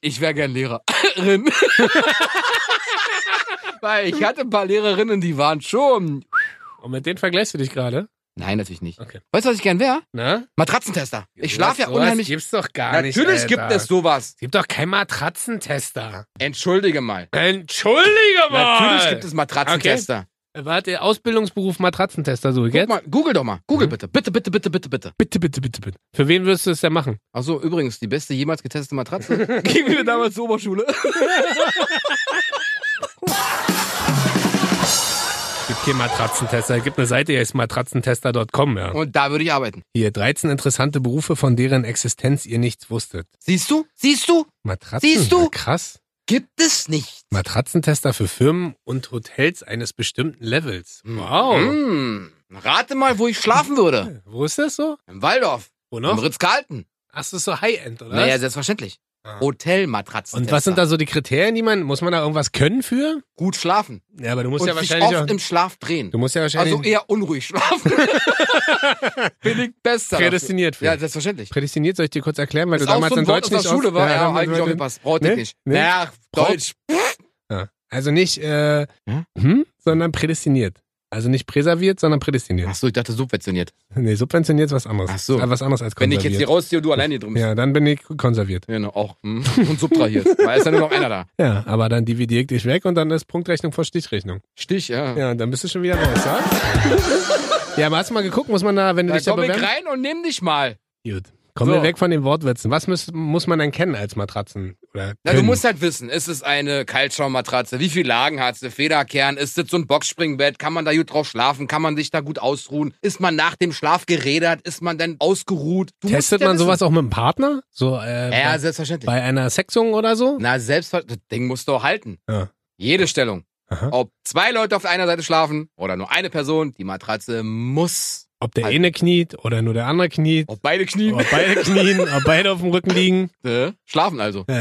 B: Ich wäre gern Lehrerin. Weil ich hatte ein paar Lehrerinnen, die waren schon.
A: Und mit denen vergleichst du dich gerade?
B: Nein, natürlich nicht.
A: Okay.
B: Weißt du, was ich gern wäre?
A: Na?
B: Matratzentester.
A: Sowas-
B: Ich schlafe ja
A: sowas
B: unheimlich.
A: gibt's doch gar nicht,
B: Natürlich
A: Alter.
B: gibt es sowas.
A: Es gibt doch keinen Matratzentester.
B: Entschuldige mal.
A: Entschuldige mal.
B: Natürlich gibt es Matratzentester.
A: Warte, Ausbildungsberuf Matratzentester so.
B: Guck
A: Jetzt?
B: mal, Google doch mal. Google
A: Mhm.
B: bitte. Bitte, bitte, bitte, bitte, bitte.
A: Bitte, bitte, bitte, bitte. Für wen würdest du es denn machen?
B: Achso, übrigens, die beste jemals getestete Matratze. Gingen wir damals zur Oberschule.
A: Es gibt keinen Matratzentester. Es gibt eine Seite, die heißt matratzentester.com, ja.
B: Und da würde ich arbeiten.
A: Hier 13 interessante Berufe, von deren Existenz ihr nichts wusstet.
B: Siehst du? Siehst du?
A: Matratzen?
B: Siehst du?
A: Na, Krass.
B: Gibt es nicht.
A: Matratzentester für Firmen und Hotels eines bestimmten Levels.
B: Mhm.
A: Wow.
B: Hm. Rate mal, wo ich schlafen würde.
A: Wo ist das so?
B: Im Waldorf.
A: Wo
B: Im
A: noch?
B: Ritz-Carlton.
A: Ach, das ist so High-End, oder?
B: Naja,
A: was?
B: selbstverständlich.
A: Ah.
B: Hotelmatratzen.
A: und was sind da so die Kriterien, die man, muss man da irgendwas können für?
B: Gut schlafen.
A: Ja, aber du musst
B: Und
A: ja
B: sich
A: wahrscheinlich
B: oft
A: auch,
B: im Schlaf drehen.
A: du musst ja wahrscheinlich
B: Also eher unruhig schlafen. Bin ich besser. dafür.
A: prädestiniert für.
B: eh, Ja, selbstverständlich.
A: prädestiniert soll ich dir kurz erklären, weil
B: ist
A: du
B: auch
A: damals
B: so ein
A: in
B: Wort aus
A: Deutsch
B: der
A: nicht
B: Schule,
A: aus-
B: war
A: Ja,
B: ja,
A: damals
B: eigentlich auch
A: in-
B: gepasst. Brauchte ich
A: Nee,
B: nicht.
A: nee.
B: Naja,
A: Braucht-
B: Deutsch.
A: ja. Also nicht äh,
B: Ja?
A: hm, sondern prädestiniert. Also nicht präserviert, sondern prädestiniert.
B: Achso, ich dachte subventioniert.
A: Nee, subventioniert ist was anderes.
B: Ach so.
A: Ist Was anderes als
B: Wenn ich
A: konserviert.
B: jetzt hier rausziehe und du alleine hier drin bist.
A: ja, dann bin ich konserviert.
B: Genau, auch. Hm. Und subtrahiert. Weil es ist ja nur noch einer da.
A: Ja, aber dann dividiere ich dich weg und dann ist Punktrechnung vor Stichrechnung.
B: Stich, ja.
A: Ja, und dann bist du schon wieder raus, ja? ja, aber hast du mal geguckt, muss man da, wenn du
B: Da
A: dich da
B: komm ich
A: bewerbst?
B: rein und nimm dich mal.
A: Gut. Kommen
B: So.
A: wir weg von den Wortwitzen. Was muss, muss man denn kennen als Matratzen? Oder
B: Na, du
A: können?
B: musst halt wissen, ist es eine Kaltschaummatratze? Wie viele Lagen hat sie? Federkern? Ist das so ein Boxspringbett? Kann man da gut drauf schlafen? Kann man sich da gut ausruhen? Ist man nach dem Schlaf gerädert? Ist man dann ausgeruht? Du musst
A: Testet
B: ja
A: man
B: wissen.
A: sowas auch mit einem Partner? So äh,
B: Ja,
A: bei,
B: selbstverständlich.
A: bei einer Sexung oder so?
B: Na, selbstverständlich. Das Ding musst du auch halten.
A: Ja.
B: Jede Stellung.
A: Aha.
B: Ob zwei Leute auf einer Seite schlafen oder nur eine Person, die Matratze muss.
A: Ob der
B: Halt.
A: eine kniet oder nur der andere kniet.
B: Auf beide Knien.
A: Ob beide knien, ob beide auf dem Rücken liegen.
B: Äh, Schlafen also.
A: Äh,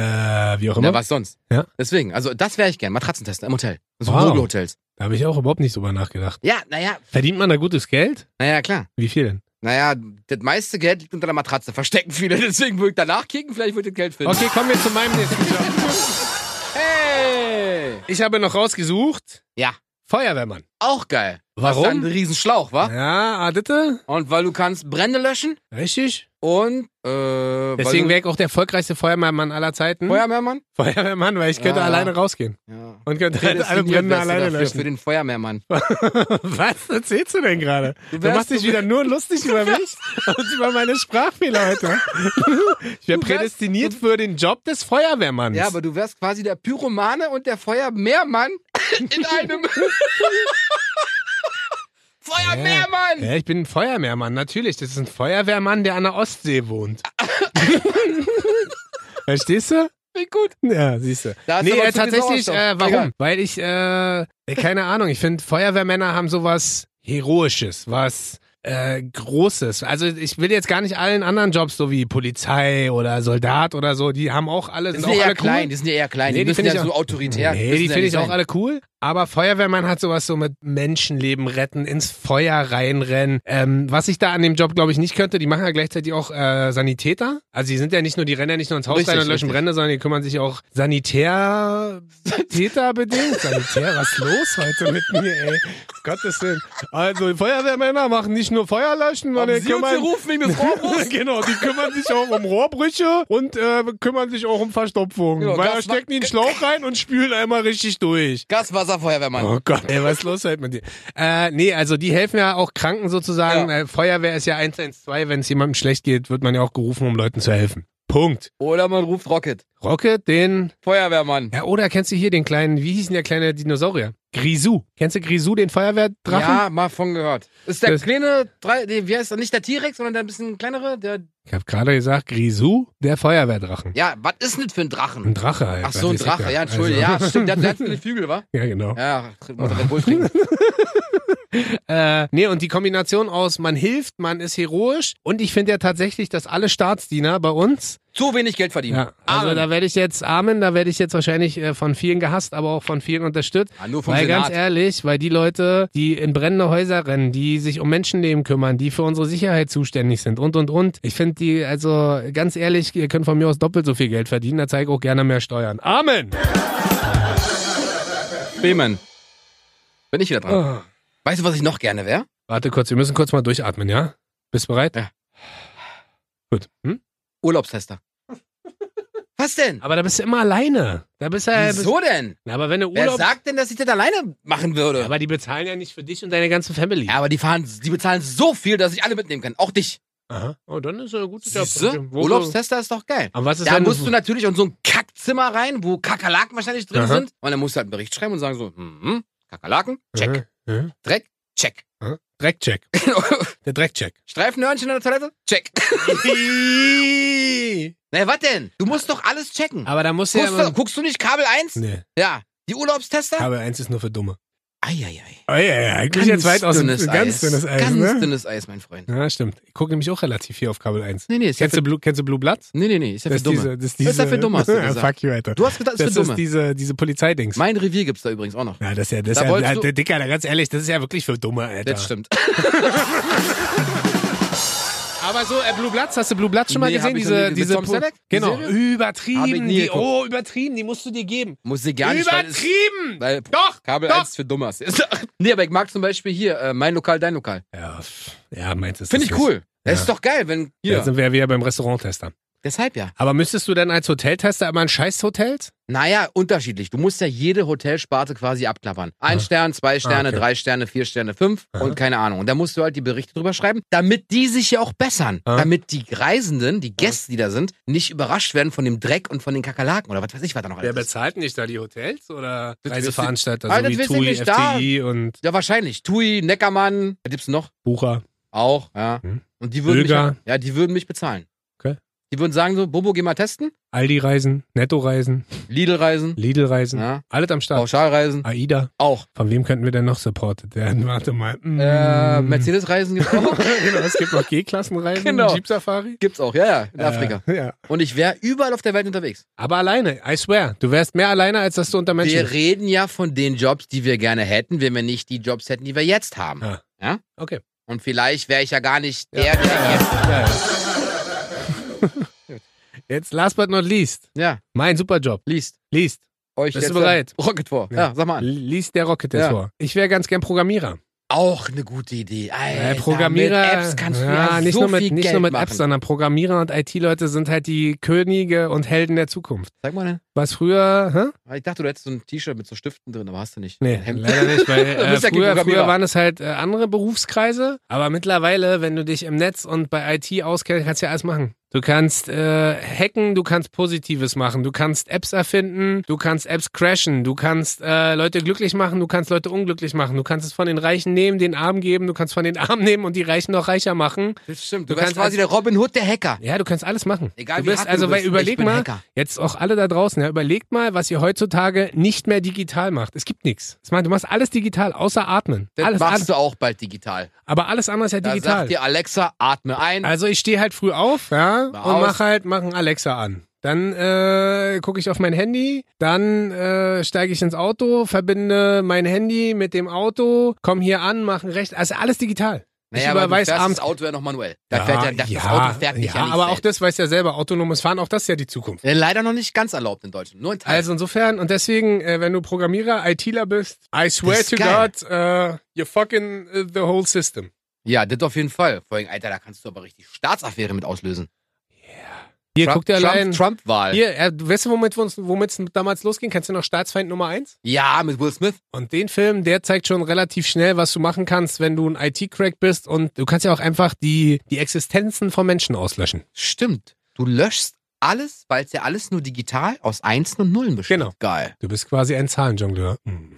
A: wie auch immer.
B: Na, was sonst?
A: Ja.
B: Deswegen, also das wäre ich gern. Matratzentester im Hotel. So
A: Wow.
B: Mogelhotels.
A: da habe ich auch überhaupt nicht drüber nachgedacht.
B: Ja, naja,
A: Verdient man da gutes Geld?
B: naja, klar.
A: Wie viel denn?
B: Naja, das meiste Geld liegt unter der Matratze. Verstecken viele, deswegen würde ich danach kicken, vielleicht wird das Geld finden.
A: Okay, kommen wir zu meinem nächsten Job.
B: Hey!
A: Ich habe noch rausgesucht.
B: Ja.
A: Feuerwehrmann.
B: Auch geil. Hast du einen
A: Warum?
B: Riesenschlauch, wa?
A: Ja, Adette.
B: Und weil du kannst Brände löschen
A: Richtig.
B: und äh, weil
A: Deswegen
B: du
A: wäre ich auch der erfolgreichste Feuerwehrmann aller Zeiten.
B: Feuerwehrmann?
A: Feuerwehrmann, weil ich könnte
B: Ja.
A: alleine rausgehen.
B: Ja.
A: Und könnte halt alle
B: Prädestiniert
A: Brände
B: wärst du
A: alleine
B: dafür,
A: löschen.
B: Für den Feuerwehrmann.
A: Was erzählst du denn gerade? Du,
B: wärst-
A: machst dich
B: du
A: wieder nur lustig über mich und über meine Sprachfehler heute. Ich wäre
B: Du wärst-
A: prädestiniert für den Job des Feuerwehrmanns.
B: Ja, aber du wärst quasi der Pyromane und der Feuermeermann in einem. Feuermeermann!
A: ja, ich bin ein Feuerwehrmann, natürlich. Das ist ein Feuerwehrmann, der an der Ostsee wohnt. Verstehst du?
B: Wie gut.
A: Ja, siehst du.
B: Da hast du
A: Nee,
B: aber
A: äh,
B: zu viel
A: tatsächlich,
B: Sauerstoff.
A: äh, warum?
B: Egal.
A: Weil ich, äh, äh, keine Ahnung, ich finde, Feuerwehrmänner haben sowas Heroisches, was äh, Großes. Also ich will jetzt gar nicht allen anderen Jobs, so wie Polizei oder Soldat oder so, die haben auch alle,
B: Die
A: sind
B: sind
A: auch
B: ja eher
A: alle
B: klein,
A: cool.
B: die sind ja eher klein,
A: Nee,
B: die
A: die
B: müssen
A: find
B: ja
A: ich
B: so
A: auch-
B: autoritär.
A: nee,
B: müssen
A: die
B: ja
A: finde
B: nicht
A: ich auch
B: sein.
A: alle cool. Aber Feuerwehrmann hat sowas so mit Menschenleben retten, ins Feuer reinrennen. Ähm, was ich da an dem Job, glaube ich, nicht könnte, die machen ja gleichzeitig auch äh, Sanitäter. Also die sind ja nicht nur, die rennen ja nicht nur ins Haus
B: Richtig,
A: rein und löschen
B: richtig.
A: Brände, sondern die kümmern sich auch sanitär täterbedingt. Sanitär, was ist los heute mit mir, ey? Gottes Willen. Also Feuerwehrmänner machen nicht nur Feuer löschen, sondern die
B: Sie uns
A: kümmern...
B: hier rufen wegen des Rohrbruchs?
A: Genau, die kümmern sich auch um Rohrbrüche und äh, kümmern sich auch um Verstopfung.
B: Ja,
A: weil da
B: Gas-
A: stecken die einen Schlauch rein und spülen einmal richtig durch.
B: Gaswasserfeuerwehrmann.
A: Oh Gott, ey, was ist los halt mit dir? Äh, nee, also die helfen ja auch Kranken sozusagen. Äh, Feuerwehr ist ja 112, wenn es jemandem schlecht geht, wird man ja auch gerufen, um Leuten zu helfen. Punkt.
B: Oder man ruft Rocket.
A: Rocket, den.
B: Feuerwehrmann.
A: Ja, oder kennst du hier den kleinen, wie hieß denn der kleine Dinosaurier? Grisou. Kennst du Grisou, den Feuerwehrdrachen?
B: Ja, mal von gehört. Ist der
A: Das-
B: kleine, drei, nee, wie heißt er? Nicht der T-Rex, sondern der ein bisschen kleinere? Der,
A: Ich habe gerade gesagt, Grisou, der Feuerwehrdrachen.
B: ja, was ist denn das für ein
A: Ein
B: Drachen?
A: Drache halt.
B: Ach so, ein
A: weiß ich
B: Drache. Ja, Entschuldigung.
A: Also-
B: Ja, stimmt. Der, hat- der hat viele Flügel, wa?
A: ja, genau.
B: Ja, muss er Red Bull trinken.
A: Äh, nee, und die Kombination aus, man hilft, man ist heroisch und ich finde ja tatsächlich, dass alle Staatsdiener bei uns
B: Zu wenig Geld verdienen.
A: Ja, also
B: Amen.
A: da werde ich jetzt, Amen, da werde ich jetzt wahrscheinlich äh, von vielen gehasst, aber auch von vielen unterstützt.
B: Ah, nur vom
A: Weil
B: Senat.
A: ganz ehrlich, weil die Leute, die in brennende Häuser rennen, die sich um Menschenleben kümmern, die für unsere Sicherheit zuständig sind und und und. Ich finde die, also ganz ehrlich, ihr könnt von mir aus doppelt so viel Geld verdienen, da zeige ich auch gerne mehr Steuern. Amen!
B: Bremen. Bin ich wieder dran.
A: Ah.
B: Weißt du, was ich noch gerne wäre?
A: Warte kurz, wir müssen kurz mal durchatmen, ja? Bist du bereit?
B: Ja.
A: Gut. Hm?
B: Urlaubstester. Was denn?
A: Aber da bist du immer alleine. Da bist du ja. Bist,
B: Wieso denn?
A: Na, aber wenn du
B: Wer
A: Urlaub.
B: sagt denn, dass ich das alleine machen würde?
A: Aber die bezahlen ja nicht für dich und deine ganze Family.
B: Ja, aber die fahren, die bezahlen so viel, dass ich alle mitnehmen kann. Auch dich.
A: Aha. Oh, dann ist ja ein gutes Job.
B: Siehste? Urlaubstester ist doch geil.
A: Aber was ist,
B: Da
A: wenn
B: musst du natürlich in so ein Kackzimmer rein, wo Kakerlaken wahrscheinlich drin
A: Aha.
B: sind. Und dann musst du halt einen Bericht schreiben und sagen so, mhm, Kakerlaken, check,
A: Mhm.
B: Dreck, check.
A: Mhm. Dreckcheck. Der Dreckcheck.
B: Streifenhörnchen an der Toilette, check. Na, was denn? Du musst doch alles checken.
A: Aber da musst du ja...
B: Guckst du,
A: Immer,
B: guckst du nicht Kabel 1?
A: nee,
B: Ja. Die Urlaubstester?
A: Kabel 1 ist nur für Dumme.
B: Eieiei.
A: Oh, ja, ja, eigentlich jetzt weit aus dem... Ganz dünnes Eis,
B: Ganz
A: ne?
B: dünnes Eis, mein Freund.
A: Ja, stimmt. Ich gucke nämlich auch relativ viel auf Kabel 1.
B: Nee, nee, ist ja
A: Kennst,
B: für,
A: du Blue, kennst du Blue Bloods?
B: nee, nee, nee, ist ja für
A: Das ist
B: Dumme.
A: diese, das ist diese,
B: Das ist ja für Dumme, hast du
A: Ja,
B: gesagt.
A: Fuck you, Alter.
B: Du hast gedacht, das
A: das
B: ist für Dumme.
A: ist diese, diese Polizeidings.
B: Mein Revier gibt's da übrigens auch noch.
A: Ja, das ist ja, das ist
B: Da
A: ja,
B: wolltest du-
A: der Dicker, da ganz ehrlich, das ist ja wirklich für Dumme, Alter.
B: Das stimmt.
A: Aber so äh, Blue Bloods, hast du Blue Bloods schon mal
B: Nee, hab
A: gesehen?
B: ich
A: Diese, diese
B: noch nie gesehen. Mit Tom
A: Pu-
B: Selleck? Die
A: Genau.
B: Serie? Hab ich
A: Übertrieben.
B: nie
A: Die,
B: geguckt.
A: oh, übertrieben, die musst du dir geben.
B: Muss sie gar nicht, weil, es-
A: übertrieben!
B: weil
A: doch!
B: Kabel
A: doch!
B: 1 für Dummes. nee, aber ich mag zum Beispiel hier äh, mein Lokal, dein Lokal.
A: Ja, pff, ja, meins ist
B: Finde
A: das
B: ich
A: nicht.
B: cool. Das
A: Ja.
B: ist doch geil, wenn hier.
A: Jetzt sind wir ja wieder beim Restauranttester.
B: Deshalb ja.
A: Aber müsstest du dann als Hoteltester immer ein Scheißhotels?
B: Naja, unterschiedlich. Du musst ja jede Hotelsparte quasi abklappern. Ein
A: Aha.
B: Stern, zwei Sterne,
A: Ah. okay.
B: drei Sterne, vier Sterne, fünf
A: Aha.
B: und keine Ahnung. Und da musst du halt die Berichte drüber schreiben, damit die sich ja auch bessern.
A: Aha.
B: Damit die Reisenden,
A: Ah.
B: die Gäste, die da sind, nicht überrascht werden von dem Dreck und von den Kakerlaken oder was weiß ich, was da noch
A: Wer
B: alles ist.
A: bezahlt nicht da die Hotels oder
B: Das
A: Reiseveranstalter,
B: wisst ihr-
A: so wie
B: Alter, das
A: TUI,
B: wisst ihr nicht,
A: FTI und
B: Ja, wahrscheinlich. Tui, Neckermann, was gibt's noch?
A: Bucher?
B: Auch, ja.
A: Hm.
B: Und die würden mich,
A: Bürger.
B: ja, die würden mich bezahlen.
A: Okay.
B: Die würden sagen so, Bobo, geh mal testen.
A: Aldi-Reisen, Netto-Reisen,
B: Lidl-Reisen,
A: Lidl-Reisen,
B: ja.
A: alles am Start.
B: Pauschalreisen,
A: AIDA.
B: auch.
A: Von wem könnten wir denn noch supportet werden? Warte mal. Mm.
B: Äh, Mercedes-Reisen gibt's auch.
A: genau, es gibt noch G-Klassenreisen,
B: Genau.
A: Jeep Safari.
B: gibt's auch, ja, ja, in Afrika.
A: Äh, ja.
B: Und ich wäre überall auf der Welt unterwegs.
A: Aber alleine, I swear. Du wärst mehr alleine, als dass du unter Menschen
B: Wir reden ja von den Jobs, die wir gerne hätten, wenn wir nicht die Jobs hätten, die wir jetzt haben.
A: Ah. Okay.
B: Und vielleicht wäre ich ja gar nicht der, der jetzt.
A: Ja, ja. Jetzt last but not least.
B: Ja,
A: Mein super Job.
B: liest.
A: Liest.
B: Euch
A: Bist du
B: jetzt
A: bereit?
B: dann Rocket vor.
A: Ja.
B: Ja. sag mal an.
A: Liest der Rocket jetzt
B: Ja.
A: vor. Ich wäre ganz gern Programmierer.
B: Auch eine gute Idee. Alter,
A: Weil Programmierer.
B: mit Apps kannst du ja,
A: nicht
B: so
A: nur mit,
B: viel
A: nicht
B: Geld
A: nur mit
B: machen.
A: Apps, sondern Programmierer und IT-Leute sind halt die Könige und Helden der Zukunft.
B: Sag mal, ne? Ah,
A: Was früher, hä?
B: ich dachte, du hättest so ein T-Shirt mit so Stiften drin, aber hast du nicht.
A: Nee,
B: Ein Hemd.
A: leider nicht, weil
B: Du
A: äh,
B: bist ja kein
A: früher, früher
B: Programmierer.
A: waren es halt äh, andere Berufskreise, aber mittlerweile, wenn du dich im Netz und bei IT auskennst, kannst du ja alles machen. Du kannst äh, hacken, du kannst Positives machen, du kannst Apps erfinden, du kannst Apps crashen, du kannst äh, Leute glücklich machen, du kannst Leute unglücklich machen, du kannst es von den Reichen nehmen, den Armen geben, du kannst von den Armen nehmen und die Reichen noch reicher machen.
B: Das stimmt.
A: Du
B: Du,
A: kannst
B: wärst quasi der Robin Hood, der Hacker.
A: Ja, du kannst alles machen.
B: Egal
A: du
B: wie
A: bist,
B: hart du
A: also weil-
B: bist, ich
A: überleg
B: bin
A: mal,
B: Hacker.
A: jetzt auch alle da draußen, ja, überlegt mal, was ihr heutzutage nicht mehr digital macht. Es gibt nichts. Ich meine, du machst alles digital, außer atmen.
B: Das
A: alles,
B: machst
A: alles,
B: du auch bald digital.
A: aber alles andere ist ja
B: Da
A: digital.
B: sagt dir Alexa, atme ein.
A: Also ich stehe halt früh auf, ja,
B: Mach
A: und
B: aus.
A: mach halt, mach einen Alexa an. Dann äh, gucke ich auf mein Handy, dann äh, steige ich ins Auto, verbinde mein Handy mit dem Auto, komme hier an, mache ein Recht. Also alles digital.
B: Naja,
A: ich
B: aber du
A: überweis
B: fährst
A: abends.
B: das Auto ja noch manuell. Da fährt ja, das, das Auto fährt nicht
A: ja,
B: ja nicht
A: aber auch
B: selbst.
A: das weiß ja selber, autonomes Fahren, auch das ist ja die Zukunft.
B: Äh, Leider noch nicht ganz erlaubt in Deutschland. Nur in Teilen.
A: Also insofern, und deswegen, äh, wenn du Programmierer, ITler bist, I swear
B: ist
A: to
B: geil.
A: God, äh, you're fucking äh, the whole system.
B: ja, das auf jeden Fall. Vor allem, Alter, da kannst du aber richtig Staatsaffäre mit auslösen.
A: Hier,
B: Trump-
A: guck dir
B: Trump-
A: allein.
B: Trump-Wahl.
A: Hier, äh, weißt du, womit es womit's damals losging? Kennst du noch Staatsfeind Nummer 1?
B: ja, mit Will Smith.
A: Und den Film, der zeigt schon relativ schnell, was du machen kannst, wenn du ein IT-Crack bist. Und du kannst ja auch einfach die, die Existenzen von Menschen auslöschen.
B: Stimmt. Du löschst alles, weil es ja alles nur digital aus Einsen und Nullen besteht.
A: Genau.
B: Geil.
A: Du bist quasi ein Zahlenjongleur. Hm.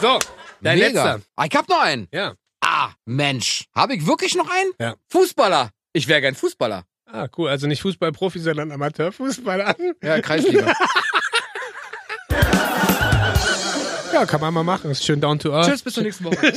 A: So, dein letzter.
B: Ah, ich hab noch einen.
A: Ja.
B: Ah, Mensch. Habe ich wirklich noch einen?
A: Ja.
B: Fußballer. Ich wäre gern Fußballer.
A: Ah, cool. Also nicht Fußballprofi, sondern Amateurfußballer.
B: Ja, Kreisliga.
A: Ja, kann man mal machen. Ist schön down to earth.
B: Tschüss, bis zur nächsten Woche.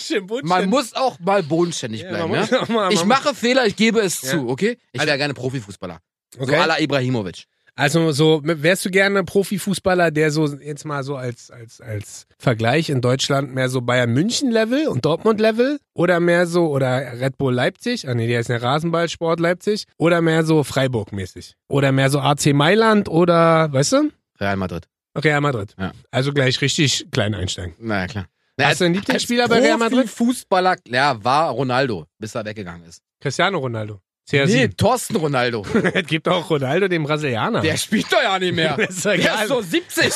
A: Schön Bullshit.
B: Man muss auch mal bodenständig
A: Ja,
B: bleiben,
A: man
B: ja?
A: muss auch mal-
B: Ich
A: man
B: mache Fehler, ich gebe es
A: Ja.
B: zu, okay? Ich
A: Also-
B: wäre gerne Profifußballer.
A: muss-
B: So à
A: Okay.
B: la Ibrahimovic.
A: Also so wärst du gerne Profifußballer, der so jetzt mal so als als als Vergleich in Deutschland mehr so Bayern München Level und Dortmund Level oder mehr so oder Red Bull Leipzig, ah nee, der ist ja Rasenballsport Leipzig oder mehr so Freiburg mäßig oder mehr so AC Mailand oder weißt du?
B: Real Madrid.
A: Real Madrid.
B: Ja.
A: Also gleich richtig klein einsteigen.
B: Na ja, klar.
A: Hast du einen Lieblingsspieler bei Real Madrid?
B: Fußballer, ja, war Ronaldo, bis er weggegangen ist.
A: Cristiano Ronaldo.
B: Nee,
A: CR7.
B: Thorsten Ronaldo.
A: Es gibt auch Ronaldo, den Brasilianer.
B: Der spielt doch ja nicht mehr.
A: Das ist ja
B: Der
A: geil.
B: ist so 70.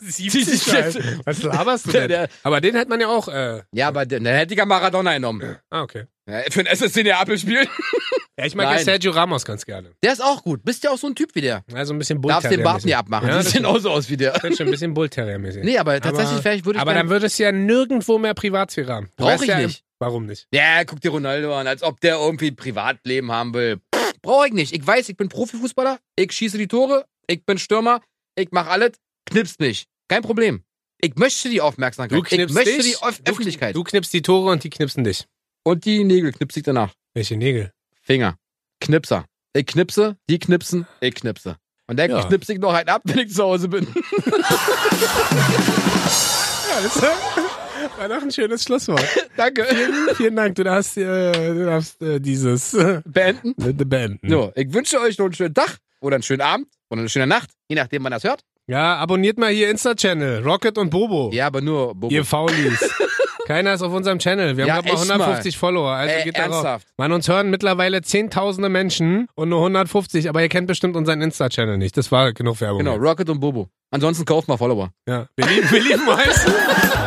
A: 70 Alter. Was laberst du denn?
B: Der-
A: Aber den hat man ja auch. Äh,
B: ja, aber der- dann hätte ich ja Maradona genommen.
A: ah, okay.
B: Ja, Für den SSC Neapel spielen.
A: Ja, ich mag ja
B: Nein.
A: Sergio Ramos ganz gerne.
B: Der ist auch gut. Bist ja auch so ein Typ wie der.
A: Also ein bisschen
B: Darfst den Bart
A: Bullterrier-mäßig.
B: nie abmachen.
A: Ja,
B: Ja,
A: das
B: Sieht genauso aus wie der.
A: stimmt schon, ein bisschen Bullterrier-mäßig.
B: Nee, aber tatsächlich
A: Aber-
B: vielleicht würde ich
A: Aber dann
B: gerne...
A: würdest du ja nirgendwo mehr Privatsphäre haben. Du
B: Brauch
A: weißt
B: ich
A: ja,
B: nicht.
A: Warum nicht?
B: Ja, guck dir Ronaldo an, als ob der irgendwie ein Privatleben haben will. Pff, Brauche ich nicht. Ich weiß, ich bin Profifußballer. Ich schieße die Tore. Ich bin Stürmer. Ich mache alles. Knipst mich. Kein Problem. Ich möchte die Aufmerksamkeit. ich möchte die Öff
A: du,
B: Öffentlichkeit.
A: Du knippst die Tore und die knipsen dich.
B: Und die Nägel knipse ich danach.
A: Welche Nägel?
B: Finger. Knipser. Ich knipse, die knipsen, ich knipse. Und dann
A: Ja.
B: knipse ich noch einen ab, wenn ich zu Hause bin.
A: Ja, das war doch ein schönes Schlusswort.
B: Danke.
A: Vielen Dank, du darfst, äh, du darfst äh, dieses äh,
B: Beenden.
A: The Band.
B: So, ich wünsche euch noch einen schönen Tag oder einen schönen Abend oder eine schöne Nacht, je nachdem, wann das hört.
A: Ja, abonniert mal hier Insta-Channel, Rocket und Bobo.
B: Ja, aber nur Bobo.
A: Ihr Faulis. Keiner ist auf unserem Channel. Wir haben
B: Ja,
A: gerade mal
B: echt
A: 150 Follower. Also
B: Ey,
A: geht darauf.
B: Äh, ernsthaft.
A: Man, uns hören mittlerweile zehntausende Menschen und nur 150, aber ihr kennt bestimmt unseren Insta-Channel nicht. Das war genug Werbung.
B: Genau, Rocket und Bobo. Ansonsten kauft mal Follower.
A: Ja. Wir lieben, wir lieben euch.